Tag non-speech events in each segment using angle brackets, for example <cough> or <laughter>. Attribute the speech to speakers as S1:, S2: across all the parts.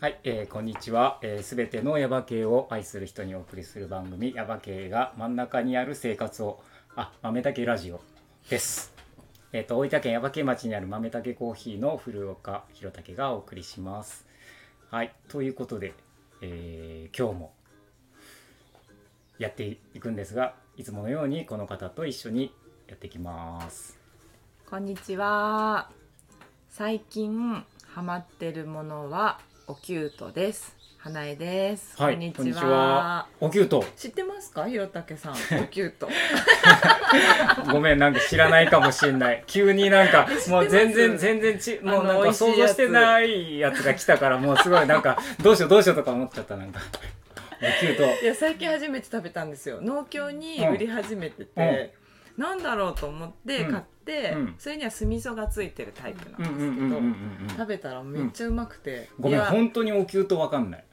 S1: はい、えーこんにちは。す、えー、べ、てのヤバ系を愛する人にお送りする番組、ヤバ系が真ん中にある生活を、あ、豆だけラジオです。えっ、と、大分県ヤバ系町にある豆だけコーヒーの古岡弘武がお送りします。はい、ということで、えー今日もやっていくんですが、いつものようにこの方と一緒にやっていきます。
S2: こんにちは。最近ハマってるものはおキュートです。花江です。
S1: はい、
S2: こんにち
S1: こんにち
S2: は
S1: は。。おきゅうと。
S2: 知ってますか、ひろた
S1: <laughs>
S2: けさん。おキュート。
S1: ごめんなんか知らないかもしれ
S2: <laughs>
S1: ない急になんかもう全然全然ちもうなん
S2: あの美
S1: か
S2: 味しい
S1: 想
S2: やつ
S1: 像してないやつが来たからもうすごいなん
S2: <laughs>
S1: かどうしようどうしようとか思っちゃったなんかおきゅうと
S2: いや、最近初めて食べたんですよ。農協に売り始めてて。なんだろうと思って買って、
S1: うんうん
S2: それには酢味噌がついてるタイプなん
S1: う
S2: で
S1: んう
S2: すけ
S1: ん
S2: ど、
S1: うんうんうんうん
S2: 食べたらめっちゃうまくて、
S1: ごめ
S2: い
S1: ん
S2: や
S1: 本当におきゅうとわかんない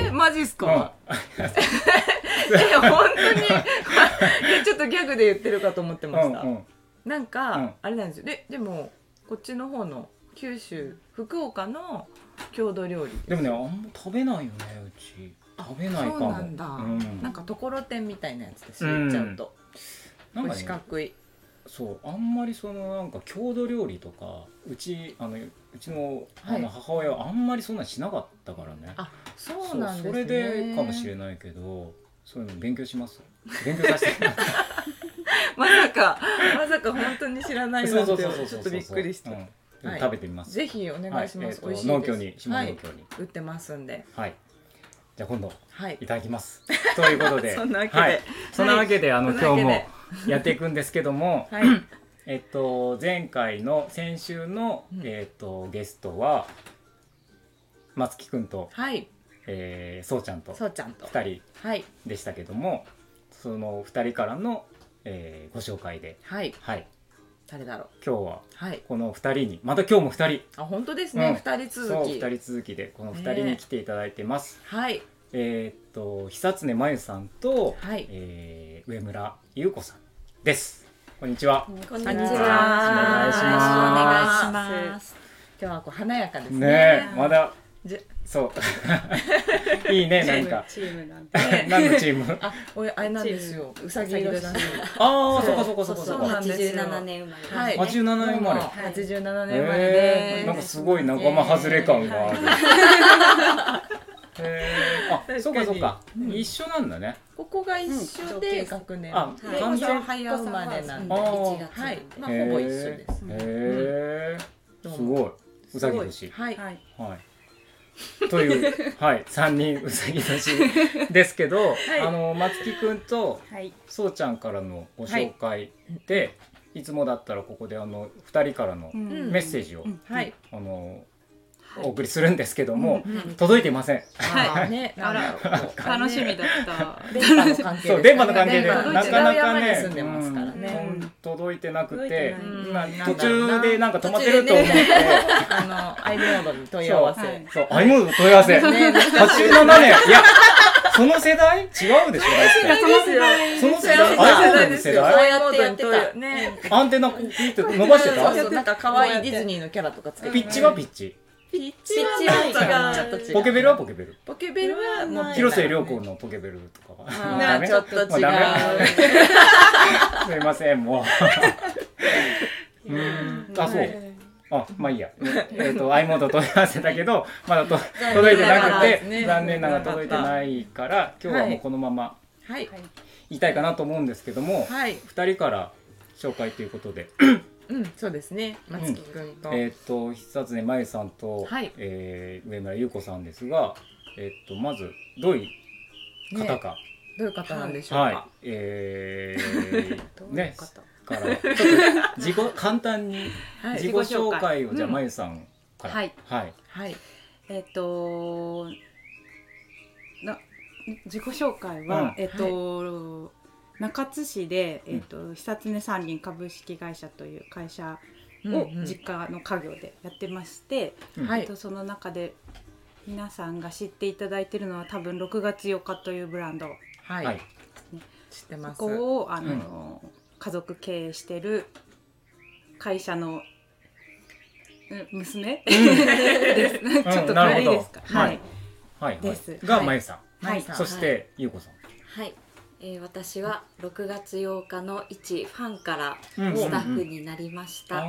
S2: えマジっす
S1: う
S2: か、
S1: ん
S2: <laughs> え本当に <laughs> えちょっとギャグで言ってるかと思ってま
S1: う
S2: し
S1: ん
S2: た、
S1: うん
S2: なんか、
S1: うん
S2: あれなんですよででもこっちの方の九州福岡の郷土料理
S1: でもねあんま食べないよねうち食べないかも
S2: そうなんだ、
S1: うん
S2: なんかところてんみたいなやつです
S1: うん
S2: 言っちゃうと、
S1: なんか
S2: 四
S1: ね
S2: 角い
S1: そうあんまりそのなんか郷土料理とかうちあのうちのあ
S2: はい
S1: の母親はあんまりそんなんしなかったからね
S2: あそうなんですね
S1: それでかもしれないけどそういうの勉強します勉強させ
S2: <laughs>
S1: て
S2: まさかまさか本当に知らないなんてちょっとびっくりした、
S1: うんでも
S2: はい
S1: 食べてみます
S2: ぜひお願いします、
S1: はえーと
S2: 美味しいです
S1: 農協に島
S2: は
S1: 農
S2: い
S1: 協に
S2: 売ってますんで
S1: はい、じゃあ今度
S2: はい
S1: いただきます
S2: <laughs>
S1: ということで
S2: そんなわけで
S1: はい、そんなわけで、あの
S2: そ
S1: 今
S2: ん
S1: 日
S2: なわ
S1: もやっていくんですけども、
S2: けではい
S1: えっと前回の先週の、
S2: うん
S1: えっとゲストは松木くんと、
S2: はい
S1: えー、そうちゃんと
S2: そうちゃんと
S1: 二人
S2: はい
S1: でしたけどもその二人からの、えーご紹介で
S2: はい
S1: はい
S2: 誰だろう
S1: 今日は
S2: はい
S1: この2人にまた今日も2人
S2: あ本当です
S1: うん
S2: ね、二人
S1: そ
S2: 続
S1: う
S2: き
S1: 2人続きでこの2人に来ていただいてます、
S2: はい
S1: えーっと久常真由さんと、
S2: はい
S1: えー上村優子さんですこんにちは
S3: こんにち
S2: こ
S3: は。
S2: んにちは
S3: お願いします。
S2: 今日はこう華やかですね
S1: ねえまだ
S2: じゃ
S1: そう <laughs> いいねなんか
S3: チームなんて。
S2: ね
S1: <laughs> 何のチーム
S2: あおいあれなんですようさぎ年
S3: うさ
S1: ああ
S2: そ
S1: そううかそうかそうかそう
S2: そうな
S1: か
S2: んですよ
S3: 87年生まれですね。
S2: はい
S1: 87年生まれ
S2: もう八十七年生まれ
S1: え
S2: で
S1: ー、
S2: す
S1: なんかすごい仲間外れ感がある、えー、あそうかそうか一緒なんだね
S2: ここが一緒
S3: う
S2: で
S3: ん
S2: 学年
S1: あ
S2: で
S1: 完全
S2: 早生まれなんで
S1: あー
S3: 一月
S2: はいまあ
S1: へー
S2: ほぼ一緒です
S1: へえ、
S2: どうも
S1: すごい。うさぎ年。
S2: はい
S3: はい。
S1: はい。と
S2: <laughs>
S1: いう、はい、三人うさぎ年ですけど、
S2: い
S1: あの松木くんと
S3: はい。
S1: そうちゃんからのご紹介で、い、つもだったらここであの二人からの
S2: ん
S1: メッセージを、
S2: はい
S1: あの
S3: はい
S1: お送りするんですけども、
S2: うん
S1: 届いてません。
S2: まあね
S3: あら楽しみだった。
S2: 電波の関係
S1: そう電波の関係で
S2: 電
S1: な
S2: 波の
S1: かなか
S2: 違う山に
S1: ね
S2: 住んでますからね
S1: うんとん届いてなくて
S3: 届い
S1: ま
S2: てな
S1: あ
S2: い
S1: 途中でなんか止まってると思って、
S2: あのアイモードに問い合わせ
S3: そうはい
S1: <laughs> そう、アイモード問い合わせ。
S2: ね
S1: 87年。いや、その世代違うでしょ、だって
S3: その世代。
S1: その世代、
S2: その世代
S1: アイモードの世
S2: そう
S1: 代
S2: やってやってた
S3: ね。
S1: アンテナこうピッて伸ばして
S2: そ
S1: た
S2: うそうなんか可愛いディズニーのキャラとかつけて
S1: ピッチはピッチ。
S2: ピッ
S3: チは
S2: ちょっと違う
S1: ポケベルはポケベル。
S2: ポケベルはもう
S1: 広末涼子のポケベルとかは。
S2: な
S1: ダ
S2: あ
S1: メ
S2: ちょっと違う
S1: もうダメすいません、もう。
S2: <laughs>
S1: うーんあ、そう。あ、まあいいや。えっと、アイモード問い合わせだけ
S2: <laughs>
S1: ど、まだと届いてなくて、残念ながら届いてないから、今日はもうこのまま
S2: はい
S1: 言いたいかなと思うんですけども、
S2: はい
S1: 2人から紹介ということで、
S2: うんそうですね松木くんと
S1: えーっと久常真由さんと、
S2: はい
S1: えー上村優子さんですが、えーっとまずどういう方
S2: ね
S1: か、
S2: どういう方なんでしょう
S1: はい
S2: か、
S1: え
S2: <laughs>
S1: ーねからちょっと自己簡単に
S2: はい
S1: 自己紹介を、
S2: うん
S1: じゃあ真由さんから、
S3: はい、
S1: はい、
S2: はい
S3: えっと。な。自己紹介は、えっと。中津市で、えっと、久常山林株式会社という会社を実家の家業でやってまして、
S1: うん
S2: はい
S3: えっとその中で皆さんが知っていただいてるのは多分6月4日というブランド
S2: はい
S1: はい
S2: 知って
S3: こ
S2: ます
S3: こをあの、家族経営してる会社のうん娘です、ちょっと <laughs>
S1: なる
S3: 軽
S1: ほど
S3: い <laughs> ですか、
S1: は
S3: はいい
S1: はいは
S3: です
S1: い。が、
S3: はい
S1: まゆさ
S3: はい
S1: ん。そして、ゆうこさん。
S4: はい、えー私は6月8日の一ファンからス
S1: うん
S4: タッフになりまし
S1: あ
S4: た、
S1: ー
S4: え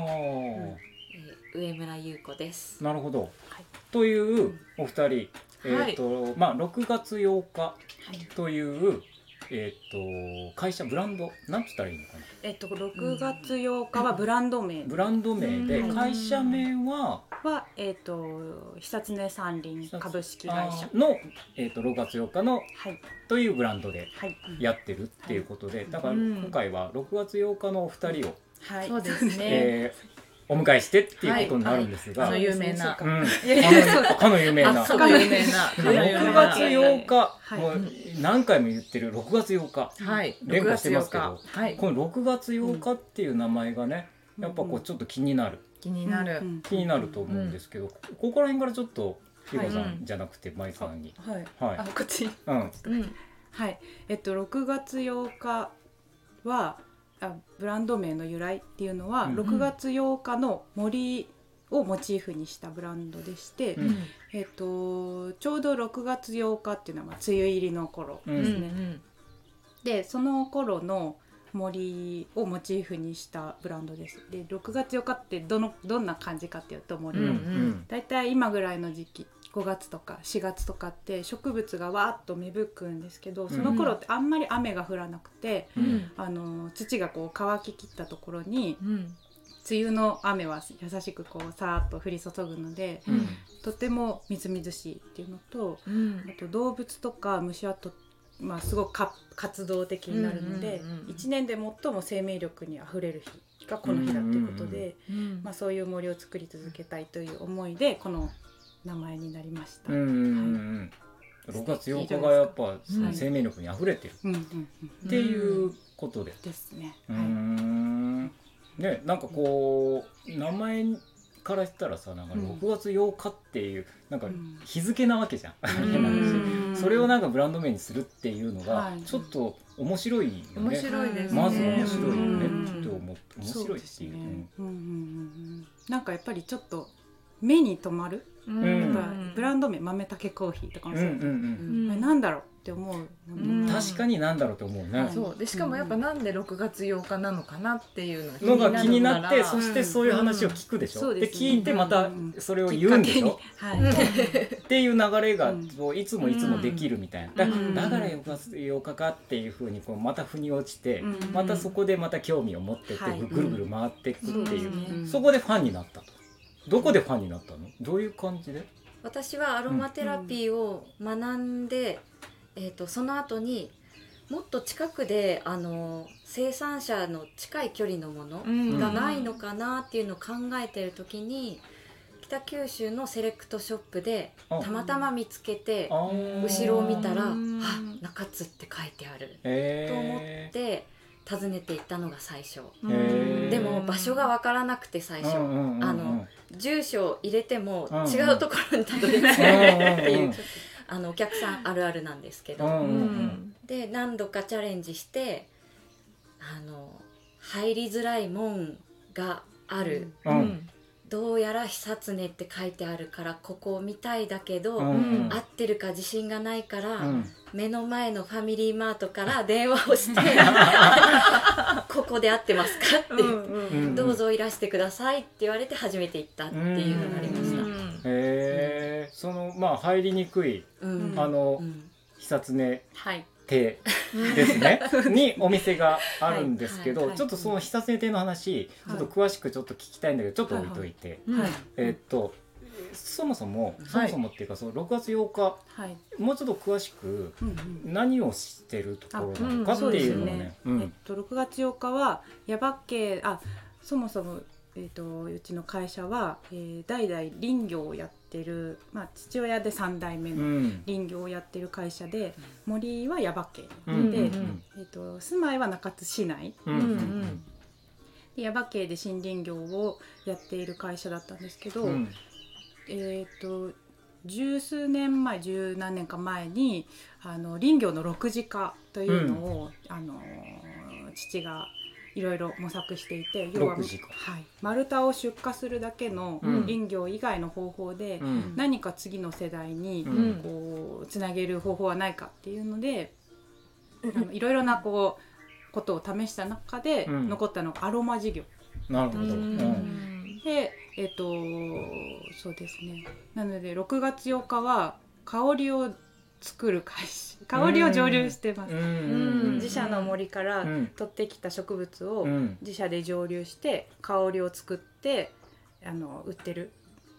S4: ー上村優子です。
S1: なるほど
S4: はい。
S1: というお二人、え
S2: はい
S1: っと、まあ、6月8日
S4: はい
S1: という、えっと、会社、ブランド、なんつったらいいのかな。
S3: えっと6月8日はブランド名
S1: ブランド名で
S2: う、ん
S1: 会社名は、
S3: は、えっと久常山林株式会社
S1: あーの、えっと、6月8日の、
S3: はい
S1: というブランドで
S3: はい
S1: やってるっていうことで、だから
S2: うん
S1: 今回は6月8日のお二人を、
S3: はい
S2: そうですね。
S3: <laughs>
S1: えーお迎えしてっていうことになるんですが、
S2: あの有名な
S1: うん、
S3: いやいやそう
S1: かの有名な
S2: あ、そうか有名な。
S1: で
S2: かの有名
S1: 6
S2: な
S1: 月8日、
S3: はい
S1: もう何回も言ってる6月8日、
S2: はい。
S1: 連
S2: 6
S1: 呼して
S2: 月
S1: ます
S2: 8
S1: けど
S2: 日。はい。
S1: この6月8日っていう名前がねやっぱこうちょっと気になる
S2: 気になる。
S1: 気になると思うんですけど、こここら辺からちょっとゆうこさ
S2: はい
S1: んじゃなくてまいさんに、
S3: はい、
S1: はい
S3: あこっち
S1: うん、
S2: うん。
S3: はいえっと6月8日はあブランド名の由来っていうのは、
S1: うん
S3: 6月8日の森をモチーフにしたブランドでして、
S1: う
S2: うんん。
S3: えっとちょうど6月8日っていうのはまあ梅雨入りの頃、
S1: う
S2: うんん。
S3: でその頃の森をモチーフにしたブランドですで6月8日ってどのどんな感じかっていうと森
S1: う
S3: の、
S1: んう
S2: うんん
S3: 大体今ぐらいの時期5月とか4月とかって植物がわーっと芽吹くんですけどその頃ってあんまり雨が降らなくて、
S1: う
S2: うんん。
S3: あの土がこう乾ききったところに
S2: うん。
S3: 梅雨の雨は優しくこうさーっと降り注ぐので
S1: うん
S3: とてもみずみずしいっていうのと
S2: うん。
S3: あと動物とか虫はと、まあ、すごく活活動的になるので、
S2: うんうんうん
S3: 一年で最も生命力にあふれる日がこの日だっていうことで、
S1: うんうん
S2: うん
S3: まあ、そういう森を作り続けたいという思いでこの名前になりました。
S1: うんうん6月8日がやっぱその生命力にあふれてる
S3: うんうんうん
S1: っていうことで、
S3: ですね。
S1: うー
S3: はい
S1: んねなんかこう名前からしたらさなんか
S3: うん
S1: 6月8日っていうなんか
S3: うん
S1: 日付なわけじゃん、
S2: ん
S1: 今の話
S3: う
S1: <laughs>
S3: ん
S1: それをなんかブランド名にするっていうのが
S3: はい
S1: ちょっと面白いよ
S2: 面
S1: ね、
S2: 白いですね。
S1: まず面白いよね
S2: うん
S1: って思って面
S3: そ
S1: 白いっ
S3: です
S1: ていう
S3: ね
S1: うん
S3: うんうんうんうんなんかやっぱりちょっと目に留まる、
S2: うん
S1: うん
S3: やっぱブランド名豆竹コーヒーとかも
S1: う
S3: そ
S1: ん
S3: う
S1: う
S3: です、
S1: ん
S3: これなんだろうって思うも
S2: う
S1: うん
S3: の
S2: ん
S1: 確かになんだろうと思うね、
S3: はい
S2: そうでしかもやっぱなんで6月8日なのかなっていう
S1: の
S2: の
S1: が気になってそ
S2: し
S1: してそういう話を聞くでしょ、
S3: うんそう
S1: で
S3: ですね
S1: 聞いてまた
S3: うんうん
S1: それを
S3: き
S1: 言
S3: っ
S1: う
S3: か
S1: んでし
S3: けに、
S1: ょ
S3: はい、
S1: っていう流れが
S3: うん
S1: こういつもいつもできるみたいな、
S2: うん
S1: だだからよかよかかっていうふうにこうまた腑に落ちて、
S3: うん
S1: またそこでまた興味を持ってって
S3: はい
S1: ぐるぐる回っていくっていう、
S4: うん
S1: そこでファンになったとどこでファンになったのどういう感じで、
S4: 私はアロマテラピーを学んで、えー、とその後にもっと近くであの生産者の近い距離のものがないのかなっていうのを考えてる時に北九州のセレクトショップで
S1: あ
S4: たまたま見つけて
S1: あー
S4: 後ろを見たら「あ
S2: うん
S4: 中津」って書いてあると思っ
S1: えー
S4: て訪ねていったのが最初
S1: へー
S4: でも場所が分からなくて最初、
S1: うんうんうんうん
S4: あの住所を入れても
S1: うんうん
S4: 違うところにたどり着いてっていうあのお客さんあるあるなんですけ
S1: うんう
S4: ど
S1: んうん
S4: で何度かチャレンジしてあの入りづらい門がある
S1: うん
S4: どうやら久常って書いてあるからここを見たいだけ <laughs> ど、
S1: うんうん
S4: 合ってるか自信がないから、
S1: うん
S4: 目の前のファミリーマートから <laughs> 電話をして
S1: <laughs>
S4: ここで合ってますかって言って、
S1: うん
S4: どうぞいらしてくださいって言われて初めて行ったっていうのがありました。うん
S1: えーそのまあ入りにくい
S3: うん
S1: あの、
S4: うん
S1: 久常
S3: はい、
S1: 亭ですねにお店があるんですけど、
S3: はいはい
S1: ちょっとその久常亭の話、
S3: はい
S1: ちょっと詳しくちょっと聞きたいんだけどちょっと置いといて、
S3: はい、
S1: えっとそもそも
S4: はい
S1: そもそもっていうかその6月8日
S3: はい、
S1: もうちょっと詳しく
S3: うんうん
S1: 何をしてるところなのかっていうのをね。う
S3: えっ
S1: ん
S3: と6月8日は耶馬渓あそもそもえっとうちの会社は、えー代々林業をやってるまあ父親で三代目
S1: う
S3: の
S1: ん
S3: 林業をやってる会社で、森は耶馬渓
S1: う
S3: に
S1: ん
S3: で、
S1: うん
S3: えっと住まいは中津市内
S1: うんうん
S3: で耶馬渓で森林業をやっている会社だったんですけど、
S1: うん
S3: えっ、と十数年前十何年か前にあの林業の6次化というのを、あの父がいろいろ模索していて
S1: 六時か
S3: はい、丸太を出荷するだけの
S1: うん
S3: 林業以外の方法で
S1: う、ん
S3: 何か次の世代に
S1: う
S2: うん
S1: ん
S3: こうつなげる方法はないかっていうのであのいろいろなこうことを試した中で
S1: うん
S3: 残ったのがアロマ事業
S1: なるほ
S2: う
S1: ど、うん
S2: ん
S3: でえっ、とそうですねなので6月8日は香りを作る開始香りを蒸留してます、
S1: うん
S3: 自社の森から
S1: うん
S3: 取ってきた植物を
S1: うん
S3: 自社で蒸留して香りを作ってあの売ってる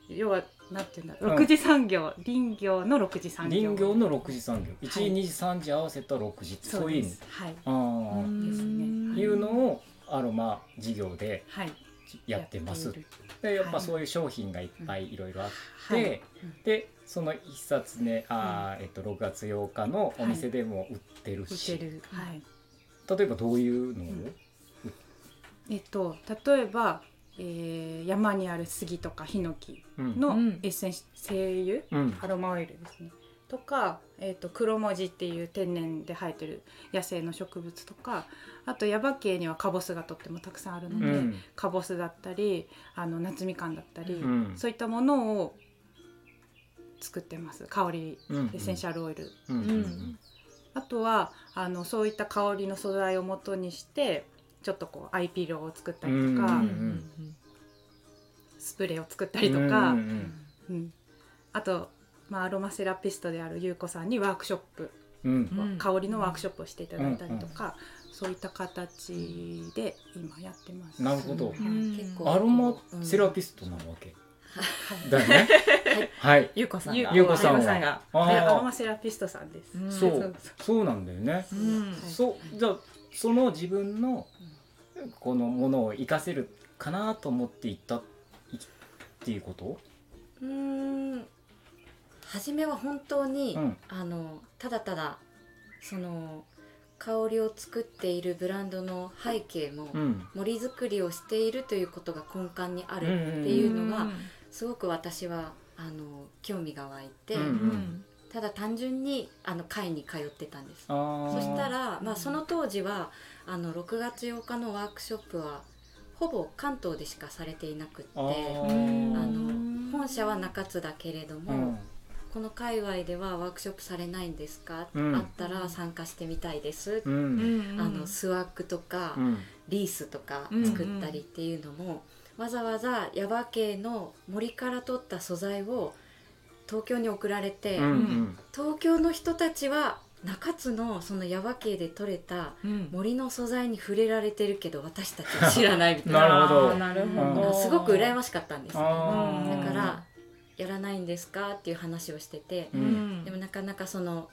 S3: 要はなんていうんだろう
S1: うん
S3: 6次産業、林業の6次産業
S1: 林業の6次産業1時、
S3: はい
S1: 2時3時合わせた6時ってそういう意
S3: で
S1: 味
S3: すはい
S1: あー
S3: ですね
S1: いうのをアロマ事業で
S3: はい
S1: やってます
S3: やっている
S1: でやっぱ
S3: はい
S1: そういう商品がいっぱいいろいろあって、
S3: はいうん
S1: でその一冊ねあー、えっと、6月8日のお店でも売ってるし、
S3: 売ってるはい
S1: 例えばどういうのを、
S3: んえっと例えば、えー山にある杉とかヒノキ
S1: うん
S3: の
S2: うん
S3: エッセンス精油
S1: うん
S3: アロマオイルですねとか、えー、と黒文字っていう天然で生えてる野生の植物とかあと耶馬渓にはカボスがとってもたくさんあるので、
S1: うん
S3: カボスだったりあの夏みかんだったり、
S1: うん
S3: そういったものを作ってます香り
S1: うん
S3: エッセンシャルオイル、
S1: うんうん
S3: あとはあのそういった香りの素材を元にしてちょっとこうアイピローを作ったりとか、
S1: うん
S3: スプレーを作ったりと
S1: う
S3: か、
S1: んうん
S3: うんあと、まあ、アロマセラピストである優子さんにワークショップ、
S1: うん
S2: うん
S3: 香りのワークショップをしていただいたりとか、そういった形で今やってます。
S1: なるほど
S3: はい
S4: 結構
S1: アロマセラピストなわけ、だよ
S3: <laughs>
S1: ねはい
S2: ゆうこさん
S3: ゆ
S2: が
S1: ゆうこさんは
S2: ゆうこさんが
S1: あ
S3: でアロマ
S1: あ
S3: セラピストさんです。
S2: うん
S1: そ
S3: そううそ
S1: そうなんだよね、
S2: うん
S1: そうじゃあその自分のこのものを活かせるかなと思っていったいっていうこと、
S4: うーん初めは本当に、
S1: うん
S4: あのただただその香りを作っているブランドの背景も、
S1: うん、
S4: 森作りをしているということが根幹にあるっていうのが、
S2: うん
S4: すごく私はあの興味が湧いて、
S1: うん
S4: ただ単純にあの会に通ってたんです。
S1: あー
S4: そしたら、まあ、その当時はあの6月8日のワークショップはほぼ関東でしかされていなくって
S1: あー
S2: うん
S4: あの本社は中津だけれども、
S1: うん
S4: この界隈ではワークショップされないんですか、
S1: うん
S4: あったら参加してみたいです、
S1: う
S2: うんんうん
S4: あのスワッグとか、
S1: うん
S4: リースとか作ったりっていうのも、わざわざ耶馬渓の森から取った素材を東京に送られて、
S1: うんうん
S4: 東京の人たちは中津のその耶馬渓で取れた
S2: うん
S4: 森の素材に触れられてるけど私たちは知らないみたい
S1: な
S4: な
S1: るほど
S2: あーなるほ
S1: う
S2: ど
S4: あすごく羨
S2: し
S4: ましかったんですね
S1: あ
S2: うん
S1: ー
S4: だからやらないんですかっていう話をしてて
S1: う
S2: い
S1: ん
S4: でもなかなかその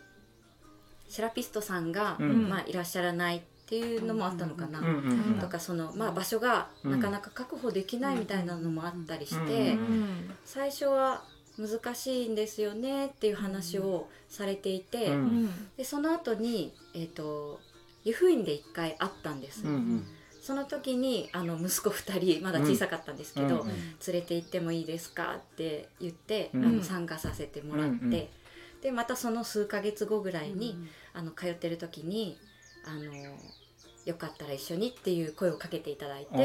S4: セラピストさんが、
S1: うん
S4: まあ、いらっしゃらないっていうのもあったのかな、
S1: うんうんうん
S4: とかその、まあ、場所がなかなか確保できないみたいなのもあったりして、
S1: うん
S4: 最初は難しいんですよねっていう話をされていて、
S1: うん
S4: でその後にえっ、と湯布院で一回会ったんです、
S1: うんうん
S4: その時にあの息子2人まだ小さかったんですけど、
S1: うんうん
S4: 連れて行ってもいいですかって言って、
S1: うん
S4: あの参加させてもらって、
S1: うんうん
S4: でまたその数ヶ月後ぐらいに、
S3: うん
S4: あの通ってる時にあのよかったら一緒にっていう声をかけていただい
S1: あー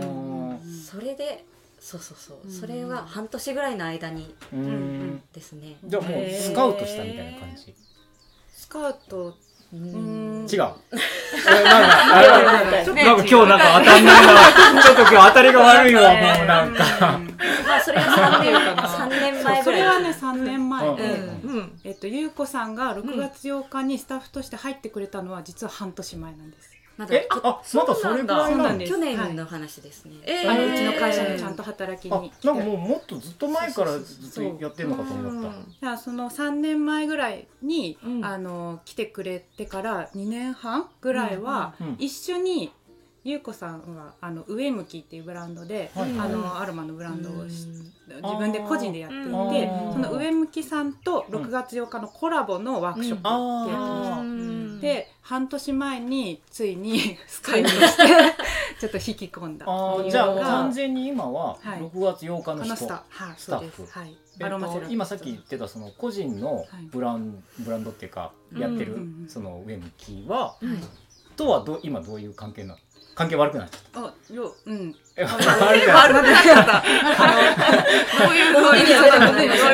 S4: て
S1: うん
S4: それでそうそうそう、
S3: うん
S4: それは半年ぐらいの間に
S1: うん
S3: うん
S4: ですね、
S1: じゃあもうスカウトしたみたいな感じ、
S3: スカウト
S4: う
S3: うん
S1: 違う <laughs> えなんかあれあれあれ
S2: ちょっと
S1: なんか今日なんか当たんないな。ちょっと今日当たりが悪いわ、もうなんか。
S4: まあそれが3年
S3: <laughs>
S2: なんていうかな
S4: 3年
S3: そ
S4: 前
S3: うそ
S4: ぐ
S3: れ
S4: ら
S3: はいね3年前で、
S1: うん
S2: うん
S3: えっと、ゆうこさんが6月8日にスタッフとして入ってくれたのは実は半年前なんです、
S4: まだ
S1: え、
S4: き
S1: あ、まだそれぐらい
S3: そう
S1: な
S3: なん
S1: だ
S3: んで。す
S4: 去年の話ですね、
S2: え
S3: あ
S2: ー
S3: のうちの会社にちゃんと働き
S1: あ、
S3: に
S1: なんかもうもっとずっと前からずっとやってんのかと思った。
S3: だからその3年前ぐらいに、
S2: うん
S3: あの来てくれてから2年半ぐらいは、
S1: うんうん
S3: 一緒にゆうこさんはあの上向きっていうブランドで、
S1: はい
S3: あのアロマのブランドをし自分で個人でやっていて、
S2: あ
S1: ー
S3: その上向きさんと6月8日のコラボのワークショッ
S1: うん
S3: プってやってました
S1: あ
S2: うん
S3: で半年前についにスカイ
S1: <laughs>
S3: プしてちょっと引き込んだ
S1: あ
S3: ってい
S1: ー
S3: う
S1: じゃ
S3: の
S1: あ
S3: が
S1: 完全に今は
S3: はい
S1: 6月8日
S3: あ
S1: の
S3: の
S1: 人
S3: スタ。はい
S1: スタ
S3: そ
S1: ッ
S3: うで
S1: フ
S3: すはい
S1: えっと
S3: ラピスト
S1: 今さっき言ってたその個人のブランブランドっていうかやって
S3: う
S1: る
S3: んうんうん
S1: その上向きは
S2: うん
S1: とはど今どういう関係なの？関係
S3: <laughs>
S1: 悪くなっちゃっ
S3: あようん
S1: た。
S3: あ
S1: 悪くなっちゃっ
S2: 悪くなっちゃった。
S4: <laughs>
S2: どういうどういうことなのどういうこと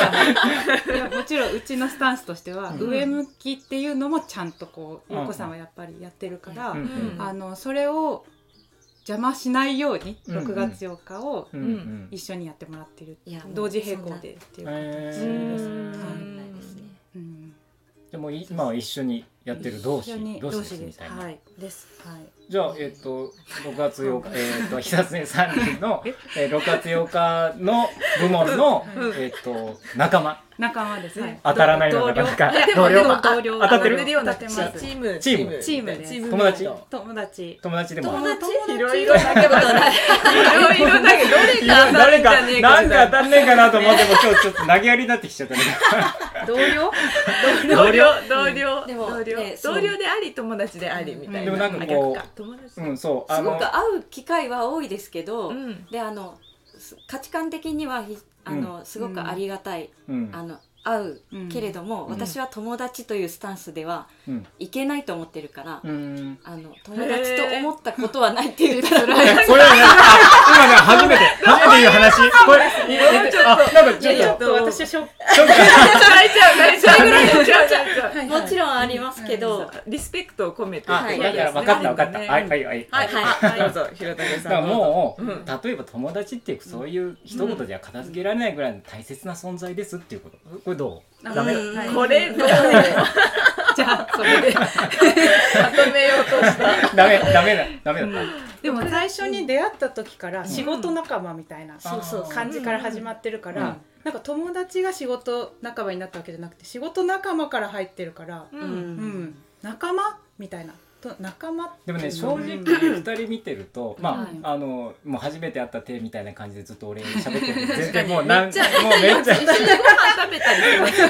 S2: なの
S3: いやもちろんうちのスタンスとしては、
S1: うん
S3: 上向きっていうのもちゃんとこう
S1: うん
S3: ゆうこさんはやっぱりやってるから、
S1: た。うん
S4: うん
S3: あのそれを邪魔しないように
S1: うんうん
S3: 6月8日を
S1: うんうん
S3: 一緒にやってもらってる、
S4: いや
S3: 同時並行でっていう感
S1: え
S3: じ
S1: ー
S3: です、
S4: 変わらないですね
S3: うん、
S1: でもい今は一緒にやってる同士
S3: 一緒に
S1: 同
S3: 同
S1: 士です
S3: 士で
S1: み
S3: す
S1: たいな。
S3: はいですはい
S1: じゃあえっ、と6月8日えっと久常三人の、えー、6月8日の部門の
S2: うん
S1: えっ、と仲間
S3: 仲間ですね、
S1: 当たらないのがなかなか同
S3: 同僚
S1: 僚
S3: 同
S1: か
S3: 僚
S1: 当たってる
S3: 同僚当たってま
S1: 当たっ
S3: す
S1: て
S5: チーム
S1: チーム
S3: チームです
S1: 友達
S3: 友達
S1: 友達でも
S4: 友達
S5: いろいろだけどない
S2: いろいろだけどどれが当たる
S1: 誰かなん
S2: んじゃねえ
S1: か
S2: か
S1: 当たんねえかなと思っても今日ちょっと投げやりになってきちゃった <laughs> ね。
S3: 同僚
S2: 同僚同僚
S4: でも
S2: 同僚
S4: ねそう
S2: 同僚であり友達でありみたいな。
S1: でもなんか
S2: あ
S1: こう
S2: 逆友達。
S1: うんそう
S4: すごく会う機会は多いですけど、
S2: うん
S4: であのす価値観的にはひあの、すごくありがたい、
S1: うん
S4: あの会う
S3: うん
S4: けれども、
S1: うん
S4: 私は友達というスタンスでは
S1: うん
S4: いけないと思ってるから、
S1: うん。
S4: あの友達と思ったことはないって言ったら、
S1: それはね、あ今ね、初めて、初めて言う話。これ、いやいやあ、なんかちょっと、
S3: と私ショック
S1: ちょっと、
S2: 大丈夫大丈夫大丈
S3: <laughs>
S2: 夫。
S4: もちろんありますけど、
S2: リスペクトを込めて。
S1: あ、
S4: はい
S1: だから分かった分かった。
S2: ね
S1: はいはいはい。
S2: はい
S4: はい
S2: はいどうぞひろたけ
S1: だ
S2: さ
S1: か
S2: ん。
S1: らもう、
S2: うん
S1: 例えば友達っていうそういう一言では片付けられないぐらいの大切な存在ですっていうこと。これどうダメ
S4: うん
S2: うこれどうま
S3: じゃあそれで
S2: とめようとした。
S4: <laughs>
S1: ダメ、ダメだ、ダメだった。
S3: <laughs> でも最初に出会った時から仕事仲間みたいな
S1: そうそうそう
S3: 感じから始まってるから、
S1: うん
S3: なんか友達が仕事仲間になったわけじゃなくて仕事仲間から入ってるから、
S4: う
S3: うん
S4: ん
S3: 仲間みたいなと仲間って
S1: でもね、正
S3: いうの
S1: 直
S3: うん
S1: 二人見てると、ま
S3: はい
S1: あ、あの、もう初めて会った手みたいな感じでずっと俺喋ってるんで。全然もう、なん、もうめっちゃ。
S2: 食べたりします。
S1: そ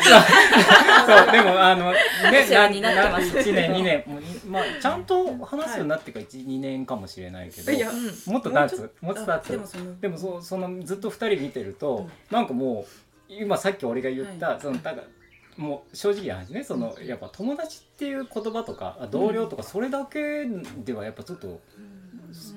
S1: う、でも、あの、ね、
S4: お世話になってます
S1: 1年、2年、もうに、まあ、ちゃんと話すようになってから1、2年かもしれないけど、
S3: いや
S1: もっと経
S3: も
S1: つ、もっと経
S3: あでも
S1: つ。
S3: その
S1: でも、そう、その、ずっと2人見てると、なんかもう、今さっき俺が言った、その、だから、もう正直な話ねそのやっぱ友達っていう言葉とかあ同僚とかそれだけではやっぱちょっと、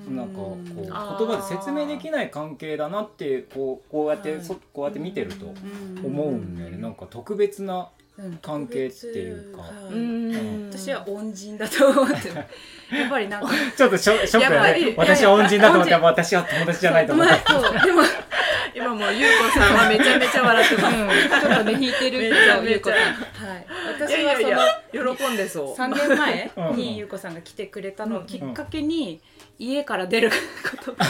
S1: なんかこう
S3: うん
S1: 言
S2: あー
S1: 葉で説明できない関係だなってこうこうやって、そこうやって見てると思うんだよねなんか特別な
S3: うん
S1: 関係っていうか
S3: 特別はい
S1: ん
S2: ん
S3: 私は恩人だと思ってるやっぱりなんか
S1: ちょっとショショック
S2: やっぱ
S1: だね
S2: り
S1: 私は恩人だと思って私は友達 <laughs> じゃないと思って
S3: そうそうでも
S2: 今もうゆうこさんはめちゃめちゃ笑ってます。
S3: ちょっとね引いてるけ
S2: めちゃ
S3: どゆ
S2: め
S3: う
S2: ち
S3: こ
S2: ゃ
S3: さんはい
S2: いや
S3: 私
S2: い
S3: は
S2: や
S3: そ
S2: い
S3: の
S2: や喜んでそう。
S3: 3年前
S1: うん
S3: にゆうこさんが来てくれたのをきっかけに家から出ることが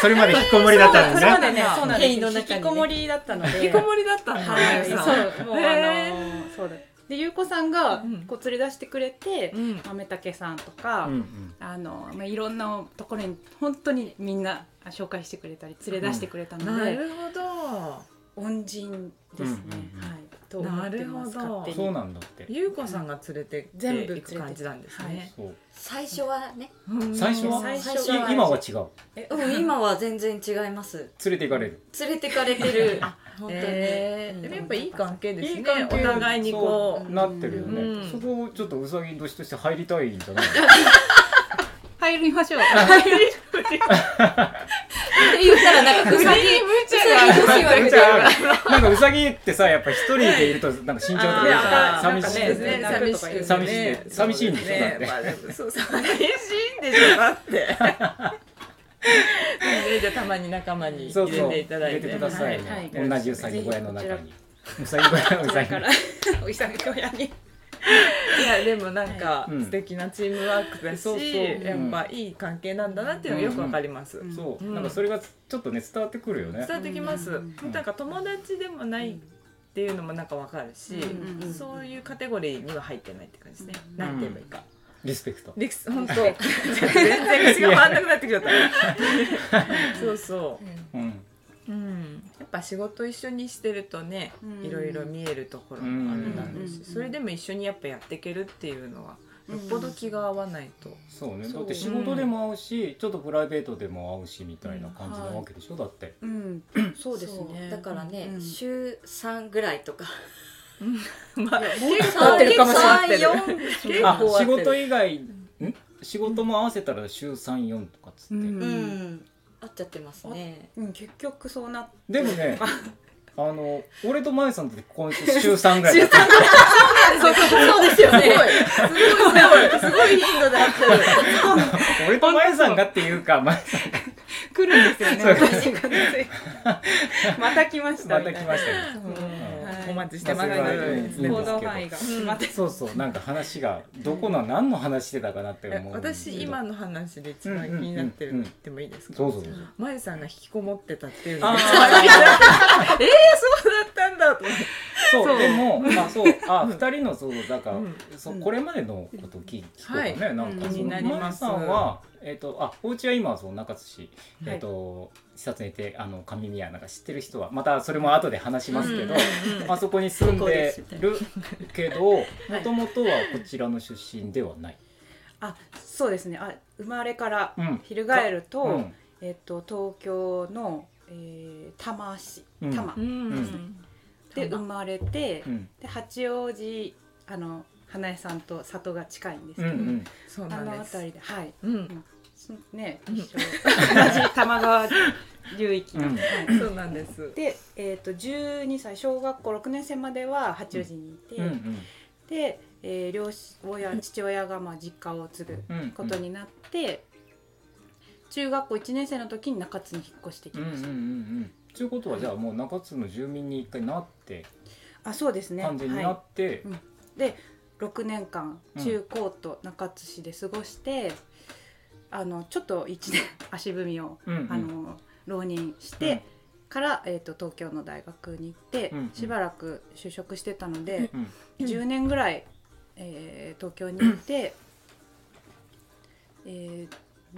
S1: それまで引きこもりだったんで
S3: そ
S1: す
S3: れま
S1: ね
S3: でねそうなんです
S5: 変異の中にね
S3: 引きこもりだったので
S2: 引きこもりだったんだ。
S3: はい
S2: ゆうこ
S3: そ
S2: さん
S3: うもうあの
S2: へ
S3: ーそうだでゆうこさんが
S2: うん
S3: こう連れ出してくれて
S2: うん
S3: 豆竹さんとか
S1: うんうん
S3: あのまあいろんなところに本当にみんなあ紹介してくれたり連れ出してくれたの
S2: な
S3: で
S2: るほ
S3: 恩人ですね
S1: うんうんうん
S3: はいと思ってます
S2: なるほど
S3: 勝手
S1: そう <laughs>
S3: に
S1: なんだって
S2: ど。ゆうこさんが連れて
S5: 全部
S2: 行く感じなんですね。
S1: そう
S4: 最初はね、
S2: うん
S1: 最初は
S3: 最
S4: 初
S1: い
S4: は
S1: 今は違う
S3: え
S4: うん、今は全然違います
S1: 連れて行かれる
S4: 連れてかれてる本当に、
S2: えー
S4: うん
S2: でもやっぱいい関係ですね
S1: いい関係
S2: お互いにこう
S1: そなってるよね、
S2: うん
S1: そこをちょっとうさぎ年として入りたいんじ <laughs> ゃない
S3: 入りましょう
S4: って言ったらなんかうさぎうさぎ
S1: の
S4: 年は
S1: なんかうさぎってさやっぱ一人でいるとなんか慎重とか言うじゃ
S2: あー
S1: ん寂しい
S2: なんかね
S1: よね
S2: 寂しくね
S1: 寂しいね寂しいんでしょだって
S2: そうですねまあでもそう寂しいんでしょだ
S1: <laughs>
S2: って。ねじゃあたまに仲間に
S1: そう
S2: 入
S1: そう
S2: れていただ
S1: 入
S2: い
S1: れ
S2: て。
S1: てください
S3: はい
S1: ね、
S3: はい
S1: 同じうさぎ小屋の中にうさぎ小屋のうさ
S3: だ
S1: ぎ
S3: から <laughs> おじさんが今日やに
S2: いやでもなんか
S1: うん
S2: 素敵なチームワークだし、
S1: そうそう
S2: やっぱいい関係なんだなっていうのがよくわかります。
S3: ん
S1: そう、
S2: うん
S1: なんかそれがちょっとね伝わってくるよね
S2: 伝。わってきます、
S1: ん
S2: なんか友達でもないっていうのもなんかわかるし、
S3: うんうん
S2: そういうカテゴリーには入ってないって感じですね、なんて言えばいいか、
S1: リスペクト。
S2: リス本当全然口が回んなくなってきちゃった
S1: <laughs>
S2: そうそ
S1: うん。
S2: う、うん、やっぱ仕事一緒にしてるとね、
S3: うん
S2: いろいろ見えるところもあるだろうし、
S3: うん
S2: それでも一緒にやっぱやっていけるっていうのはよっぽど気が合わないと、
S1: そうね。
S3: そ
S1: だ
S3: う
S1: って仕事でも合うし、ちょっとプライベートでも合うしみたいな感じなわけでしょ。だって。
S3: うんそうですね
S4: だからね、
S3: うん
S4: 週3ぐらいと
S3: <laughs>
S4: か
S2: まあ
S4: 結
S2: 構合ってるかもしれない
S4: 3 4
S2: 結構
S1: あ、
S2: 合っ
S1: 仕
S2: てる
S1: 事以外、ん？仕事も合わせたら週34とかっつって、
S3: うん
S4: うん合っちゃってますね
S3: うん、結局そうなっ
S1: でも
S2: <laughs>
S1: ねあの俺とまゆさんって今週週3ぐらい
S2: <laughs>
S1: だった
S4: そうですよね
S2: すごいすごいすごい頻度だってる
S1: 俺とまゆさんがっていうかまゆさん
S3: 来るんですよね
S1: そう
S3: 私がねまた来まし
S1: ま
S3: たみ
S1: た
S3: た
S1: 来
S3: い
S1: ま
S3: な
S1: したね
S3: はい
S2: お待ちしてます
S1: まあそれはいいんですけど
S3: 行動範囲が決まって
S1: そうそうなんか話がどこの何の話してたかなって思う
S2: 私今の話で一番気になってるの言ってもいいですか
S1: そうそうそう
S2: まゆさんが引きこもってたっていうの
S1: あ
S2: がえー <laughs> そうだったんだと思って
S1: そう
S3: そう
S1: でも
S2: <laughs>
S1: あそうあ二人のそうだから、
S2: うん
S1: そうこれまでのことを聞い聞こうかね、
S2: はい
S1: なんかそ
S3: うん気
S1: の
S3: に
S2: なります
S1: まゆさんはえっ、とあお家は今その中津市、
S2: はい
S1: えっ、と視察にいてあの上宮なんか知ってる人はまたそれも後で話し <laughs> ますけど、あそこに住んでるけどもともとはこちらの出身ではない。
S3: あそうですねあ生まれから
S1: うん
S3: 翻ると、
S1: うん
S3: えっと東京の、えー、多摩市
S1: うん
S3: 多摩
S1: ん
S3: で生まれて、
S1: うん
S3: で八王子あの花江さんと里が近いんです
S1: う
S3: けど、
S1: ん
S2: そう
S3: あ
S2: な
S3: の
S2: んです
S3: 辺りではい
S2: うん
S3: そね
S2: ん
S3: 一緒 <laughs> 同じ多摩川流域の、
S1: うん
S3: はい
S2: そうなんです
S3: で、えー、と12歳小学校6年生までは八王子にいて、
S1: うんうん
S3: で、えー両親父親がまあ実家を継ぐ
S1: うん
S3: ことになって、中学校1年生の時に中津に引っ越してき
S1: うんうんう
S3: ま
S1: ん
S3: した、
S1: うんということはじゃあもう中津の住民に一回なって、
S3: あそうですね
S1: 完全にな
S3: は
S1: って、
S3: い、6年間
S1: うん
S3: 中高と中津市で過ごして、あのちょっと1年足踏みを、
S1: うんうん
S3: あの浪人して、から、えー、と東京の大学に行って、
S1: うんうん
S3: しばらく就職してたので、
S1: うん
S3: 10年ぐらい、えー東京に行って、えー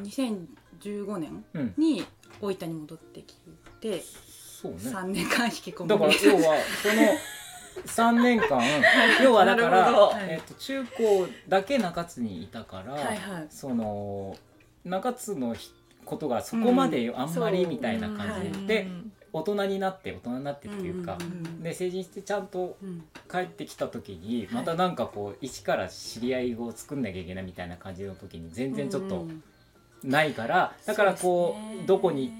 S3: 2015年
S1: うん
S3: に大分に戻ってきて、
S1: そうね
S3: 3年間引きこ
S1: だか
S3: も
S1: ら
S3: <laughs> り
S1: 要はその3年
S3: <laughs>
S1: 間要はだか
S2: なる
S1: ら
S2: ほど、
S1: えっと中高だけ中津にいたから、
S3: はいはい
S1: その中津のひことがそこまであんまり
S3: うん
S1: みたいな感じで,、
S2: う
S1: で
S2: ん
S1: 大人になって大人になってっていうか、
S3: うんうんうん
S1: で成人してちゃんと
S3: うん
S1: 帰ってきた時に
S3: はい
S1: またなんかこう一から知り合いを作んなきゃいけないみたいな感じの時に全然ちょっ
S3: う
S1: と
S3: ん
S1: ないから、だからこ
S3: そうですね
S1: どこに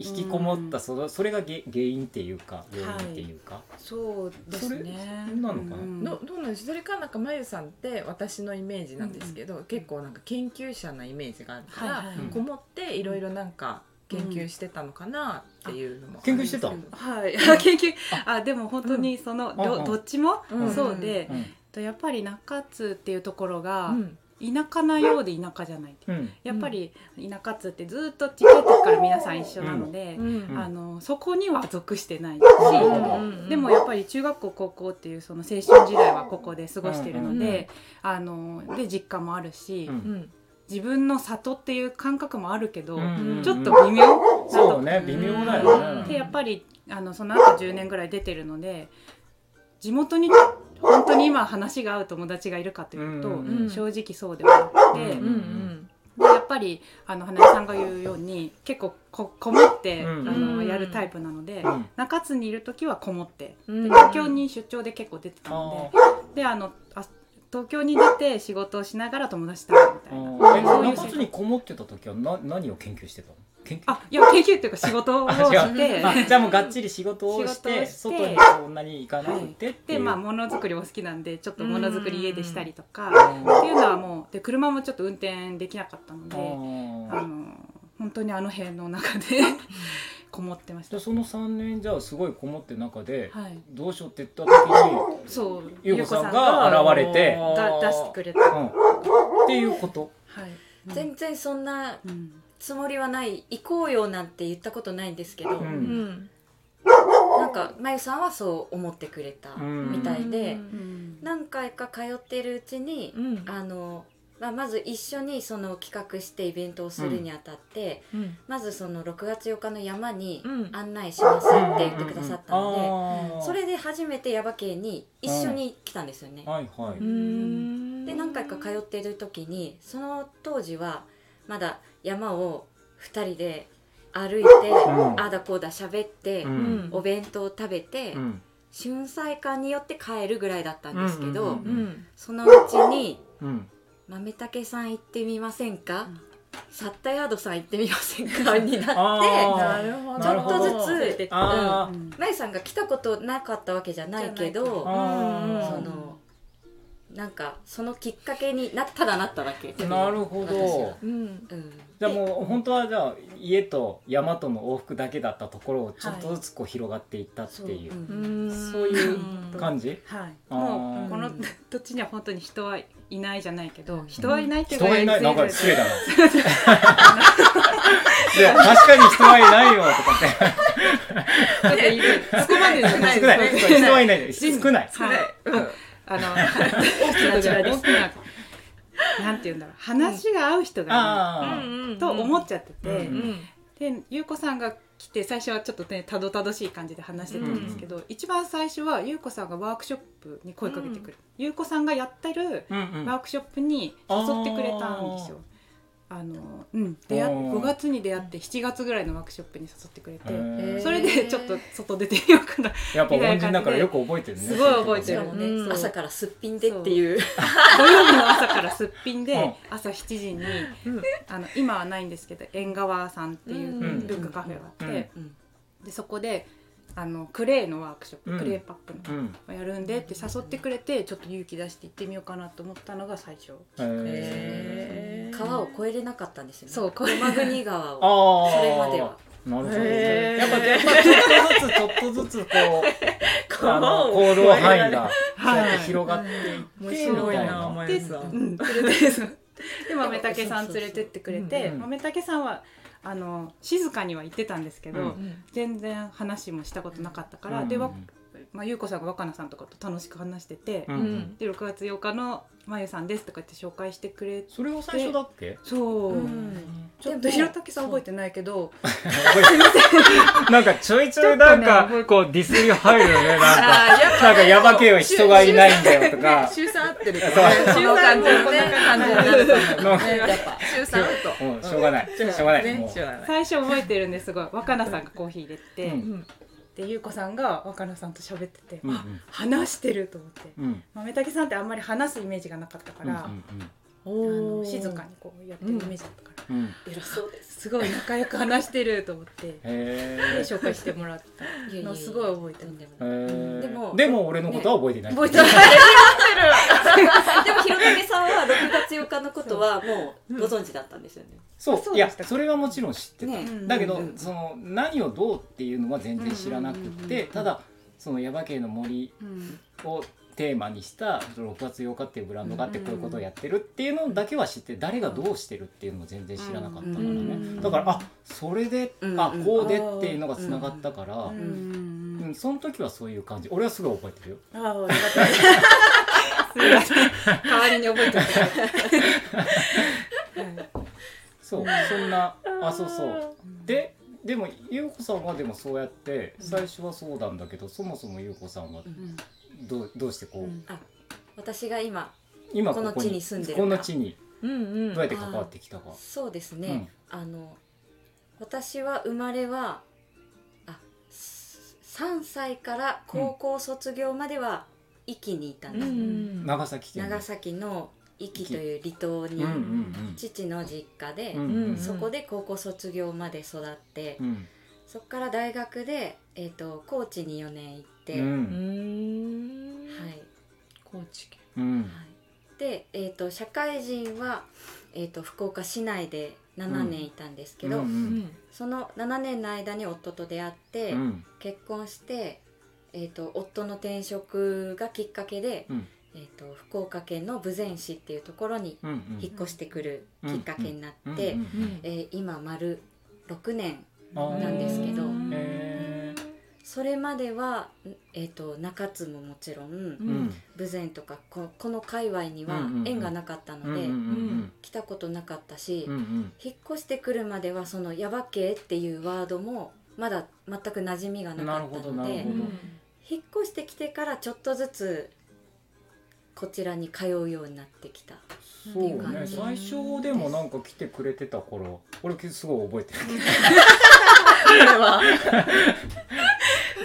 S1: 引きこもったそのそれがげ原因っていうか要因っていうか、
S3: そうですね
S1: それなのかな
S3: うん <laughs>
S2: どどうなんでしょうそれかなんかまゆさんって私のイメージなんですけど、結構なんか研究者なイメージがあるから、
S3: はいはい
S1: うん
S2: こもっていろいろなんか研究してたのかなっていうのも、
S1: 研究してた、うん
S3: はい研究あでも本当にその、ど
S1: うんうん
S3: どっちも、
S2: うん
S3: そうで、とやっぱり中津っていうところ
S2: う
S3: が、
S2: ん
S3: 田舎なようで田舎じゃないっていう
S1: う
S3: か
S1: ん
S3: やっぱり田舎っつってずっとちっちゃい時から皆さん一緒なので、
S2: うん
S3: あのそこには属してないし、
S2: うん
S3: でもやっぱり中学校高校っていうその青春時代はここで過ごしてるので、あので実家もあるし、
S1: うん
S2: うん
S3: 自分の里っていう感覚もあるけど、
S1: うん
S3: ちょっと微妙なと
S1: そうね微妙だよね。
S3: でやっぱりあのその後10年ぐらい出てるので地元に本当に今話が合う友達がいるかというと、
S1: うん
S2: うん
S3: 正直そうではなくて。
S1: うん
S2: うんうん
S3: でやっぱりあの花江さんが言うように結構ここもって、
S1: うん
S3: あ
S2: う
S3: の
S2: ん
S3: やるタイプなので、
S1: うん
S3: 中津にいる時はこもって
S2: うん
S3: 東京に出張で結構出てたので、であのあ東京に出て仕事をしながら友達と会うみ
S1: あ
S3: たいな。
S1: ーえ
S3: そう
S1: 中
S3: いう
S1: 津にこもってた時はな何を研究してたの？研究
S3: あいや研究っていうか仕事を
S1: あ違う
S3: して
S1: あじゃあもうがっちり仕事をして
S3: 仕事をして
S1: 外にそんなに行かなくてってい
S3: で
S1: う、
S3: まあものづくりお好きなんでちょっとものづくり家でしたりと
S1: あ
S3: かっていうのはもうで車もちょっと運転できなかったのであ
S1: ー
S3: の本当にあの辺の中で <laughs> こもってまし
S1: じゃ
S3: た
S1: あ。その三年じゃあすごいこもってる中で、
S3: はい、
S1: どうしようって言った時に
S3: そう
S1: ゆうこさんが現れて、
S3: が出してくれた、
S1: う
S3: は
S1: ん、っていうこと。
S3: い、
S4: 全然そんな
S3: うん、
S4: つもりはない行こうよなんて言ったことないんですけど、
S1: う
S2: うんん
S4: なんかまゆさんはそう思ってくれた、
S1: うん
S4: みたいで
S3: うん
S4: 何回か通ってるうちに、
S2: うん
S4: あの、まあ、まず一緒にその企画してイベントをするにあたって、
S2: うん
S4: まずその6月8日の山に
S2: うん
S4: 案内しますって言ってくださったので、
S1: の
S4: それで初めて耶馬渓に一緒に来たんですよね。
S1: はいはい。
S2: うん
S4: で何回か通ってる時にその当時はまだ山を2人で歩いて、
S1: ん
S4: ああだこうだ喋って、
S1: うん
S4: お弁当を食べて、
S1: うん
S4: 春菜館によって帰るぐらいだったんですけど、
S1: うんうんうん
S2: うん
S4: そのうちに
S1: うん
S4: 豆竹さん行ってみませんか、サッタヤードさん行ってみませんかになって
S1: あ
S2: るほ
S1: なるほど
S4: ちょっとずつ
S1: あー
S4: まゆさんが来たことなかったわけじゃないけど
S1: あ
S4: そのなんかそのきっかけになっただなっただけ
S1: ーなるほ
S4: 私
S1: ど
S4: は
S2: うん
S4: うん
S1: じゃあもう本当はじゃあ家と山との往復だけだったところをちょっとずつこう広がっていったっていう
S4: そう
S2: うんん
S1: そういう感じ
S3: はい、
S1: あー
S3: もうこ
S2: う
S3: の <laughs>
S2: ん
S3: 土地には本当に人はいないじゃないけど人はいないって
S1: 人はいないなん
S3: ず
S1: か
S3: る
S1: 失 <laughs> 礼だないや確かに人はいないよとかって
S3: ちょっといるそこまでじゃない
S1: 少ない
S3: です
S1: 人はいない少ない
S3: はい、
S1: <laughs>
S3: あの大きな大きななんて言うんだろう話が合う人が
S2: うん
S1: あ
S2: うんう
S3: い
S2: ん
S3: ると思っちゃってて、
S1: うん
S3: で優子さんが来て最初はちょっとねたどたどしい感じで話してたんですけど、一番最初は優子さんがワークショップに声かけてくれる優子、さんがやってる
S1: あうんうん
S3: ワークショップに誘ってくれたんですよ。あのうん、出会っ
S1: あー
S3: 5月に出会って7月ぐらいのワークショップに誘ってくれて、
S1: へー
S3: それでちょっと外出てみようかな
S1: やっぱ恩人だからよく覚えてるね
S3: すごい覚えて
S4: し
S3: る
S4: かもね、
S2: うん
S4: 朝からすっぴんでっていう
S3: 土曜日の朝からすっぴんで、
S1: うん
S3: 朝7時に、
S2: うん
S3: あの今はないんですけど縁側さんっていう
S1: うん
S3: 文化カフェがあって、
S4: うん
S3: でそこであのクレーのワークショップ、
S1: うん
S3: クレーパック
S1: う
S3: の、
S1: ん
S3: やるんでって誘ってくれてちょっと勇気出して行ってみようかなと思ったのが最初
S1: へー
S4: 川を越えれなかったんですよね
S3: そうこれ
S4: 山国川
S3: <laughs>
S4: を
S1: ああ
S4: それまでは
S1: なるほど、
S2: へー
S1: やっぱやっぱちょっとずつちょっとずつこ <laughs> うあの行動範囲がそうやって広がっていって
S2: 面白いな
S1: み
S2: ま
S3: で
S2: ゆさん
S3: うん連れてそうで豆竹さん連れてってくれ
S1: そうそう
S3: て
S1: そううん
S3: 豆竹さんはあの静かには行ってたんですけど、
S1: うん
S3: 全然話もしたことなかった
S1: た
S3: か
S1: い
S3: ら、
S1: な
S3: でわまあ、優子さんが若菜さんとかと楽しく話してて、
S1: うんうんうん
S3: で6月8日の「まゆさんです」とかって紹介してくれ
S1: それが最初だっけ
S3: そう、
S4: うん
S3: ちょっ
S4: で
S3: と
S4: も
S3: ひろたけさん覚えてないけど
S1: <laughs> なんかちょいちょいなん
S3: ちょっ
S1: かこうディスり入るよねなんか
S2: あーやっぱ
S1: なんかやばけよ人がいないんだよと
S2: <laughs>
S1: か
S2: 週3合ってる
S1: そ
S2: 週3もこんな感じになると思う
S1: なんか
S2: やっぱ週3と
S1: もうしょうがないしょうがないも
S2: ねしょうがない
S3: 最初覚えてるんですごい若菜さんがコーヒー入れて、
S1: うん
S3: で優子さんが若菜さんと喋ってて、
S1: ううん
S3: あ話してると思って
S1: うんうん
S3: 豆竹さんってあんまり話すイメージがなかったか
S1: うん
S3: ら、あの静かにこうやってるイメージだったから、
S1: うんうん
S4: 偉そうです
S3: すごい仲良く話してると思って。
S1: へー
S3: で紹介してもらった
S4: いやいや
S3: のすごい覚えてる
S4: とんでも
S1: へ
S4: ない
S1: ー
S4: でも
S1: でも俺のことは覚えてない
S4: 覚えてない。でも、ひろたけさんは6月8日のことはもうご存知だったんですよね。
S1: そう
S3: あそう
S1: いや
S3: でしたっけ
S1: それはもちろん知ってた、
S4: ね
S1: だけど、
S4: うん
S1: その何をどうっていうのは全然知らなくて、
S3: うんうんうんうん
S1: ただその耶馬渓の森
S3: うん
S1: をテーマにした6月8日っていうブランドがあってこういうことをやってるっていうのだけは知って誰がどうしてるっていうのも全然知らなかったからね、
S4: うんうん
S1: だからあそれで、
S4: うん
S1: あ
S4: うん
S1: こうでっていうのがつながったから、う
S3: うんんうん
S1: その時はそういう感じ俺はすぐ覚えてるよ
S3: ああ、よかった。すみません。代わりに覚えてお
S1: そう、そんなあそうそうででも優子さんはでもそうやって最初はそうなんだけど、そもそも優子さんはどうどうしてこう、
S3: うん
S4: あ、私が今、
S1: 今
S4: こ
S1: こ
S4: の
S1: こ
S4: 地
S1: に
S4: に住んでる
S1: こ
S4: か
S1: の
S4: ら
S1: 地に
S2: うんうん
S1: どうやって関わってきたか、
S4: そうですね。あの、私は生まれは、あ、3歳から高校卒業までは、壱岐にいたんです、
S2: うん
S1: 長崎県
S4: 長崎の壱岐という離島に
S1: うん、うん
S4: 父の実家で
S1: うんう、んうん
S2: ん
S4: そこで高校卒業まで育って、
S1: うん
S4: そこから大学で、えっと高知に4年行っ
S1: う
S4: て、は
S2: うんん
S4: い、
S2: 高知県
S1: うん
S4: はい、で、えー、と社会人は、えー、と福岡市内で7年いたんですけど、
S1: うん
S2: う
S1: うん
S2: ん
S4: その7年の間に夫と出会って、
S1: うん
S4: 結婚して、えー、と夫の転職がきっかけで、
S1: うん
S4: えー、と福岡県の豊前市っていうところに
S1: うんうん
S4: 引っ越してくるきっかけになって、
S1: うんうん
S4: えー今丸6年
S1: あー
S4: なんですけど
S2: うん
S1: へ
S4: それまでは、えー、と中津ももちろん、
S1: うんうん
S4: 豊前とかここの界隈に
S1: う
S4: は
S1: んうんうん
S4: 縁がなかったの
S1: うんうん
S4: で、
S1: うん
S4: 来たことなかったし、
S1: うんうん
S4: 引っ越してくるまではその「やばけ」っていうワードもまだ全く馴染みがなかった
S1: なるほどな
S4: の
S1: る
S4: で
S1: ほど
S4: 引っ越してきてからちょっとずつこちらに通うようになってきた
S1: そう
S4: っていう
S1: ね
S4: 感じ
S1: 最初でもなんか来てくれてた頃俺すごい覚えてる
S2: これは
S1: <laughs>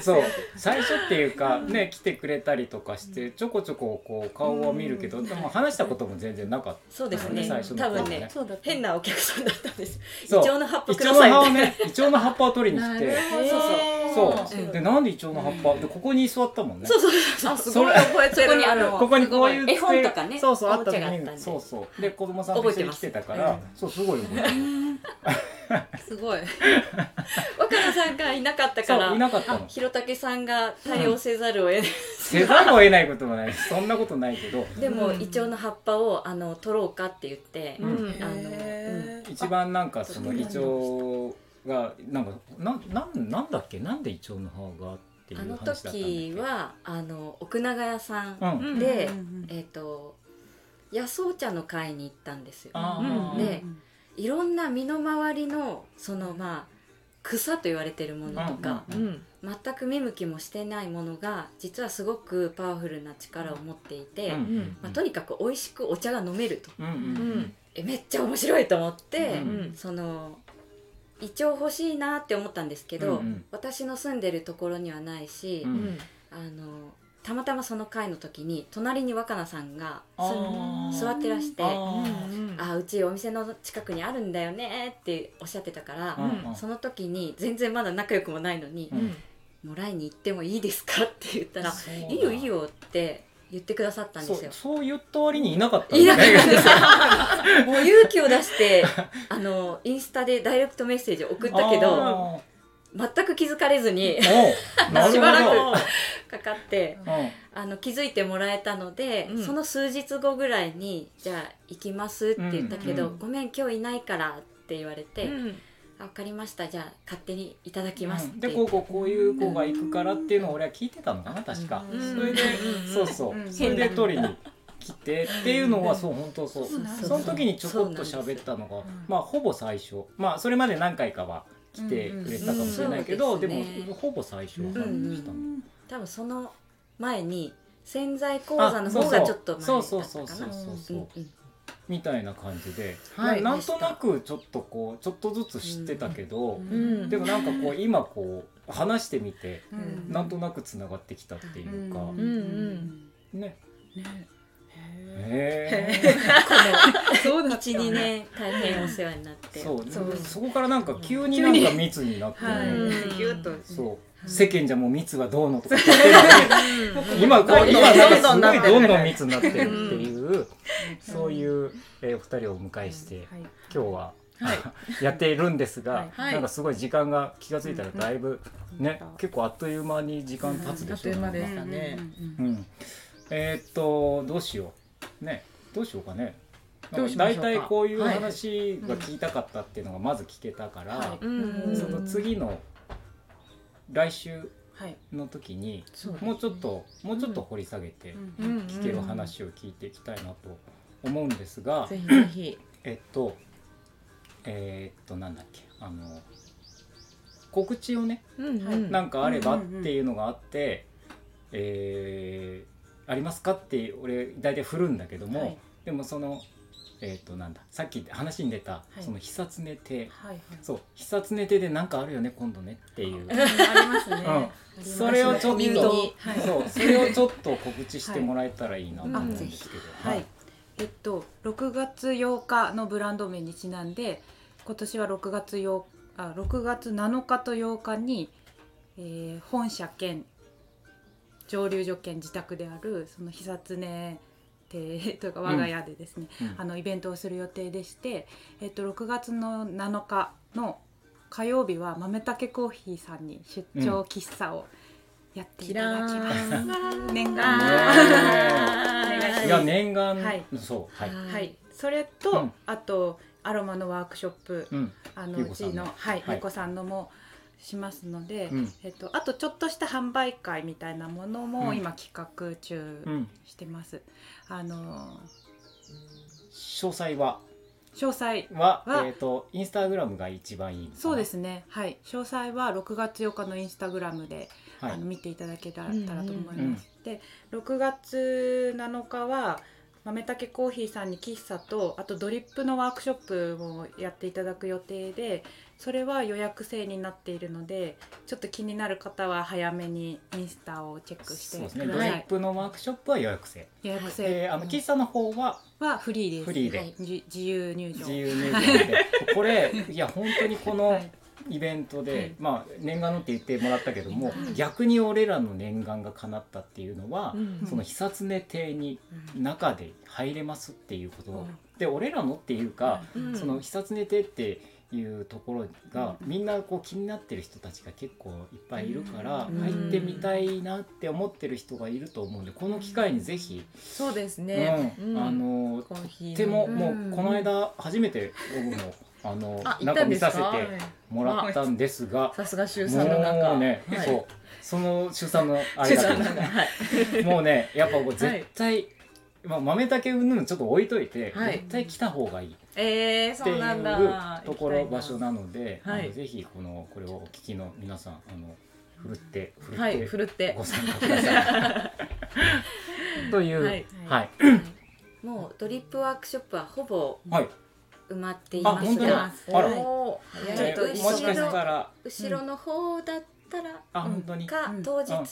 S1: そう最初っていうかね来てくれたりとかしてちょこちょここう顔は見るけどでも話したことも全然なかっ
S4: そうです
S1: う
S4: ね
S1: ん最初の
S4: 多
S1: 頃ね
S4: 分ね
S5: そうだった
S4: 変なお客さんだったんです
S1: た
S4: イチ
S1: そう
S4: ョウの葉っぱ
S1: イ
S4: く
S1: チョ
S4: だ
S1: ウの
S4: さい
S1: 葉を
S4: みたい
S1: ねイチョウの葉っぱを取りに
S2: な
S1: 来
S2: る
S1: て
S2: ほど
S4: そうそう
S1: そううんでなんでイチョウの葉っぱでここに座ったもんね
S4: なそうそうそう
S2: あす
S1: そ
S2: ごい
S1: れ
S2: 覚えてる
S4: そこにあの
S1: ここにこういう机
S4: 絵本とかね
S1: そうそうあった時
S4: おもちゃがあったん
S1: に
S4: で
S1: そうそうで子供さんと
S4: 覚
S1: 一緒
S4: えて
S1: に
S4: ま
S1: 来
S4: す
S1: てたからそうすごい覚えてる
S4: すごい <laughs> 若菜さんがいなかったか
S1: そうい
S4: ら
S1: なかったの
S4: 弘武さんが対応せざるを得ない
S1: せざるを得ないこともないそんなことないけど
S4: でも、
S2: うん
S4: イチョウの葉っぱをあの取ろうかって言って、
S1: うん
S4: あの
S1: 一番なんかそのイチョウがなんかななんなんだっけなんでイチョウの葉がってい
S4: あ
S1: う
S4: の
S1: 話だったんだっ
S4: 時
S1: け
S4: はあの奥長屋さん、
S1: うん
S2: うん
S4: で、
S3: うんうん
S4: えっ、と野草茶の会に行ったんですよ。
S1: あー
S4: でいろんな身の回りのそのまあ草と言われてるものとか、
S1: う
S2: うん
S4: 全く見向きもしてないものが実はすごくパワフルな力を持ってい
S1: う
S4: て、
S1: んうん
S4: まあ、とにかく美味しくお茶が飲めると
S1: うんうん
S4: えめっちゃ面白いと思って、
S1: うん
S2: うん
S4: その胃腸欲しいなって思ったんですけど、
S1: うんうん
S4: 私の住んでるところにはないし、
S1: うんうん
S4: あのたまたまその会の時に隣に若菜さんがす
S1: あー
S4: 座ってらして「あ
S1: あ
S4: あうちお店の近くにあるんだよね」っておっしゃってたから、
S1: ーうんうん
S4: その時に全然まだ仲良くもないのに
S1: うん
S4: 「もらいに行ってもいいですか?」って言ったら
S1: そ
S4: 「
S1: う
S4: いいよいいよ」って言ってくださったんですよ。
S1: そうそう言った割にいなかった
S4: いなかったん
S1: ね
S4: ですよ <laughs> もう勇気を出してあのインスタでダイレクトメッセージを送ったけど
S1: あ
S4: 全く気づかれず
S1: ー
S4: に
S1: おうなるほど
S4: しばら <laughs> かかって
S1: うん
S4: あの気づいてもらえたので、
S2: うん
S4: その数日後ぐらいに「じゃあ行きます」って言ったけど「
S1: うん
S4: ごめん今日いないから」って言われて「
S2: うん
S4: あ分かりましたじゃあ勝手にいただきます」っ
S1: うん
S4: て
S1: でこうこうこういう子が行くからっていうのを俺は聞いてたのかな確か、
S2: うん
S1: それで、
S2: うん
S1: そうそう、
S3: うん
S1: それで取りに来てっていうのはそう本当そう、
S3: そうなんです
S1: その時にちょこっと喋ったのが
S3: んです
S1: まあほぼ最初まあそれまで何回かは来てくれたかもしれないけど、
S4: うんうん
S1: で
S4: そうですね
S1: もほぼ最初はしたの、
S4: 多分その前に潜在講座の方がちょっと前だ
S1: そう
S4: った
S1: そう
S4: か
S1: そうそう
S4: な。
S1: そう
S4: う
S1: そうん
S4: うん
S1: みたいな感じで、
S2: はい
S1: ななんとなくちょっとこうちょっとずつ知ってたけど、
S2: うん
S1: でもなんかこう今こう話してみて
S3: うん
S1: なんとなくつながってきたっていうか、
S2: ん
S1: ね
S3: ね
S1: へえ
S3: そうだった
S4: 12
S3: ね
S4: 年大変お世話になって
S1: そう
S3: そ
S1: そうこからなんか急になんか密になって、
S3: は
S2: うん
S3: いギュッと
S1: そう世間じゃもう密はどうのとか言ってるのに今こう今なんかすごいどんどん密になってるっていうそういう、えー、お二人をお迎えして
S3: はい
S1: 今日は。 <laughs> やっているんですが、
S2: はい
S1: なんかすごい時間が気がついたらだいぶね、
S3: うん
S1: 結構あっという間に時間経つでしょ
S2: うんあっという間で
S3: うんうんうん
S2: ね
S1: うん、えーっとどうしようねどうしようかね
S2: どうしましょうか
S1: 大体こういう話が聞きたかったっていうのがまず聞けたから、
S2: うん
S1: その次の来週
S3: はい
S1: の時に
S3: そうですね
S1: もうちょっともうちょっと掘り下げて
S3: うん
S1: 聞ける話を聞いていきたいなと思うんですが、
S2: ぜひぜひ
S1: えっとえーっとなんだっけあの告知をね
S2: うん
S1: なんかあればっていうのがあって、えーありますかって俺大体振るんだけども、
S3: はい
S1: でもそのえっ、となんださっき話に出た、
S3: い
S1: その久常亭
S3: はいはい
S1: そう久常亭でなんかあるよね今度ねっていう、
S3: うんありますね
S1: うん
S3: あります
S1: それをちょっ
S2: 耳
S1: と
S2: に
S3: はい
S1: そうそれをちょっと告知してもらえたらいいなと思うんですけど、
S3: はい、えっと6月8日のブランド名にちなんで今年は6月 ,8 あ6月7日と8日に、えー本社兼蒸留所兼自宅であるその久常亭というか我が家でですね、
S1: うん
S3: あのイベントをする予定でして、えっと、6月の7日の火曜日は豆たけコーヒーさんに出張喫茶をやっていただきます。
S2: キラ
S3: 念願の
S1: あ
S3: お願いします
S1: いや念願、
S3: はい
S1: そうはい、
S3: はい、それ
S1: う
S3: と、
S1: ん
S3: あとアロマのワークショップ、
S1: うん
S3: あ
S1: ゆ
S3: の
S1: う
S3: う
S1: こ
S3: ち
S1: さんの
S3: のは
S1: は
S3: い
S1: い
S3: ゆうこさんのもしますので、
S1: うん
S3: えっと、あとちょっとした販売会みたいなもの
S1: う
S3: も
S1: ん
S3: 今企画中
S1: うん、
S3: してます。あの
S1: 詳細は
S3: 詳細
S1: は、
S3: は
S1: えっ、とインスタグラムが一番いいのかな
S3: そうですね、はい、詳細は6月8日のインスタグラムで、
S1: は
S3: あ
S1: い
S3: の見ていただけた
S2: うんうん
S3: たらと思います。で6月7日は豆たけコーヒーさんに喫茶とあとドリップのワークショップをやっていただく予定でそれは予約制になっているのでちょっと気になる方は早めにインスタをチェックして
S1: そうですね。
S3: く
S1: ド
S3: だ
S1: リ
S3: さ
S1: ッ
S3: い、
S1: プのワークショップは予約制。
S3: 予約制、
S1: で、あの喫茶の方は
S3: はフリーです
S1: フリーで
S4: はい
S3: じ自由入場
S1: 自由入場で、これいや本当にこのイベントで、
S3: はい
S1: まあ念願のって言ってもらったけども、
S4: うん
S1: 逆に俺らの念願が叶ったっていうのは、
S2: うん
S1: その久常邸に中で入れますっていうこと、で俺らのっていうか、
S4: うん
S1: その久常邸っていうところが、
S3: う
S1: みんなこう気になってる人たちが結構いっぱいいるから、
S4: うん
S1: 入ってみたいなって思ってる人がいると思うんでこの機会にぜひ、
S2: そうですね、
S1: うんあの
S2: コーヒーの
S1: でも、
S4: うん
S1: もうこの間初めて僕もあの
S2: あ行
S1: なん
S2: っ
S1: か
S2: たん
S1: 見
S2: ですか
S1: させてもらったんですが、
S2: さすが週
S1: も
S2: 三の中
S1: うね、
S2: はい
S1: そうその出産のあ
S2: 週
S1: れだ
S2: 三
S1: け
S2: の中はい
S1: ど、もうねやっぱもう絶対、まあ豆だけうんぬんちょっと置いといて、
S2: はい
S1: 絶対来た方がいいっ
S2: えー、そ
S1: ていう
S2: なんだ
S1: うところ場所なので、
S2: はい
S1: あのぜひこのこれをお聞きの皆さんあの振るって振るって、
S2: はいふるって
S1: ご参加くださ
S2: <laughs>
S1: い。という
S2: は
S1: はいい、
S4: もうドリップワークショップはほぼ
S1: はい、
S4: 埋まってい
S1: あ
S4: ます
S1: 本当
S4: が
S1: だ、あら、
S4: はい
S2: お
S4: い
S2: ー
S4: や
S1: え
S4: ちょっと
S1: もし
S4: 一
S1: か
S4: 緒
S1: し
S4: に
S1: たら。
S4: 後ろの方だったら、
S1: あ、本当に。
S4: か
S3: うん
S4: 当日、
S1: も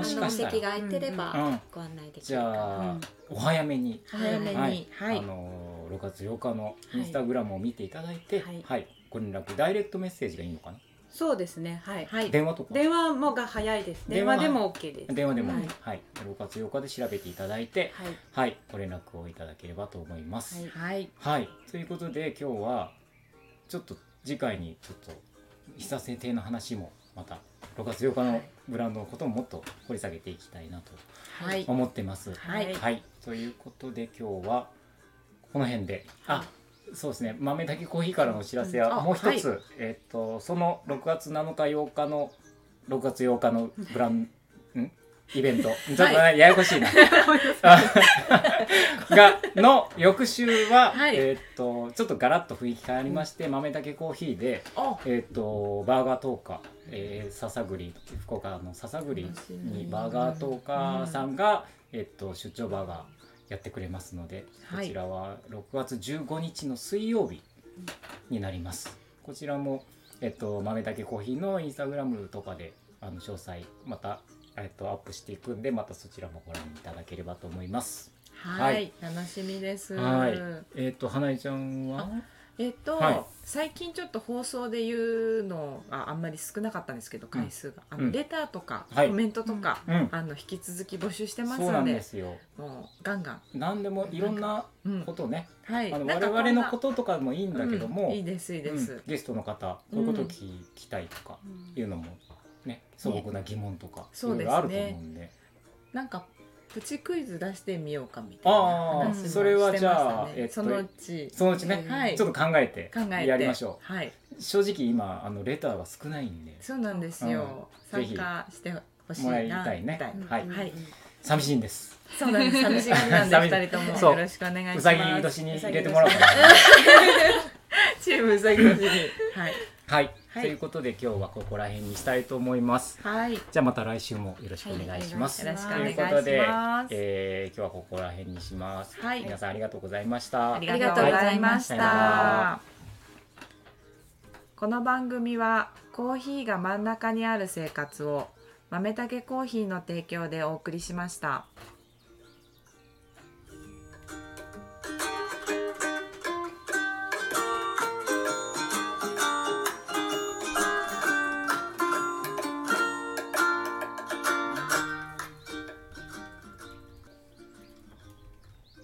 S4: あ
S1: し
S4: の
S1: かしたら
S4: 席が空いてれば、
S1: うん
S4: ご案内でき
S1: じ
S4: る
S1: ゃ
S4: か
S1: あ、
S3: うん
S1: お早めに、
S2: 早めには
S1: はいい、あのー6月8日のインスタグラムを見ていただいて、
S3: は
S1: はいい、ご連絡ダイレクトメッセージがいいのかな、
S3: そうですねはい、
S2: はい
S1: 電話とか
S3: 電話もが早いです電
S1: 電話
S3: 話でも OK です
S1: 電話でも、
S3: は
S1: はいい、6月8日で調べていただいて、
S3: はい
S1: はい、ご連絡をいただければと思います。はい、
S2: はい
S1: ということで今日はちょっと次回にちょっと久瀬亭の話もまた6月8日のブランドのことももっと掘り下げていきたいなと
S2: はい
S1: 思ってます。
S2: はい
S1: はい、ということで今日はこの辺であそうですね豆炊きコーヒーからのお知らせ
S2: うん
S1: は
S2: あ
S1: もう一つ、
S2: は
S1: えっとその6月7日8日の6月8日のブランんイベントちょっとなややこしいながの翌週は、
S2: はい
S1: えっとちょっとガラッと雰囲気変わりまして、豆炊きコーヒーで
S2: お
S1: えっ、とバーガートーカー、えー、笹栗福岡の笹栗にバーガートーカーさんが、えっ、と出張バーガーやってくれますので、
S2: はい
S1: こちらは6月15日の水曜日になります。こちらもえっ、と豆だけコーヒーのインスタグラムとかであの詳細またえっ、とアップしていくんでまたそちらもご覧いただければと思います。
S2: は
S1: はい
S2: い楽しみです
S1: はい。えっ、と花井ちゃんは
S2: えっと、
S1: はい
S2: 最近ちょっと放送で言うのがあんまり少なかったんですけど回数が、あ
S1: う
S2: の
S1: ん
S2: レターとか、
S1: はい
S2: コメントとか、
S1: うん
S2: あの引き続き募集してます
S1: そうな
S2: の
S1: ん
S2: で
S1: ですよ。
S2: もうガンガン、
S1: 何でもいろんな
S2: うん
S1: ことね。
S2: はい、
S1: あの
S2: なんか
S1: 我々のこ
S2: こと
S1: とかもいいん
S2: んな
S1: だけども、
S2: うんいいですいいです、
S1: うんゲストの方こういうことを聞きたいとかいうのも、ね素朴な疑問とか、い
S2: そう
S1: ろい
S2: ですね
S1: ろあると思うんで
S2: なんかプチクイズ出してみようかみたいな
S1: ああ、
S2: 話も
S1: それはじゃあ、
S2: して
S1: え
S2: ましたね
S1: っと、
S2: そのうち
S1: そのうちね、
S2: はい
S1: ちょっと考えて
S2: 考えて
S1: やりましょ
S2: うはいう
S1: 正直今あのレターが少ないんで
S2: そうなんですよ、
S1: うん
S2: 参加してほしい
S1: も
S2: な
S1: らいたいね
S2: みたいな
S1: はい
S4: うん
S2: はい
S1: 寂しいんです
S2: そうなんです寂しがりなんで
S1: <laughs> 寂しい
S2: 二人とも
S1: そう
S2: よろしくお願いします
S1: うさぎ年に入れてもらおうかな
S2: チームうさぎ年にはい
S1: はい、
S2: はい
S1: ということで今日はここら辺にしたいと思います
S2: はい
S1: じゃあまた来週もよろしくお願いします、
S2: よろしくお
S1: と
S2: 願
S1: い
S2: い
S1: う
S2: し
S1: ことで
S2: ます、
S1: えー今日はここら辺にします、
S2: はい
S1: 皆さんありがとうございました
S2: ありがとうございました、
S1: は
S2: この番組はコーヒーが真ん中にある生活を豆たけコーヒーの提供でお送りしました。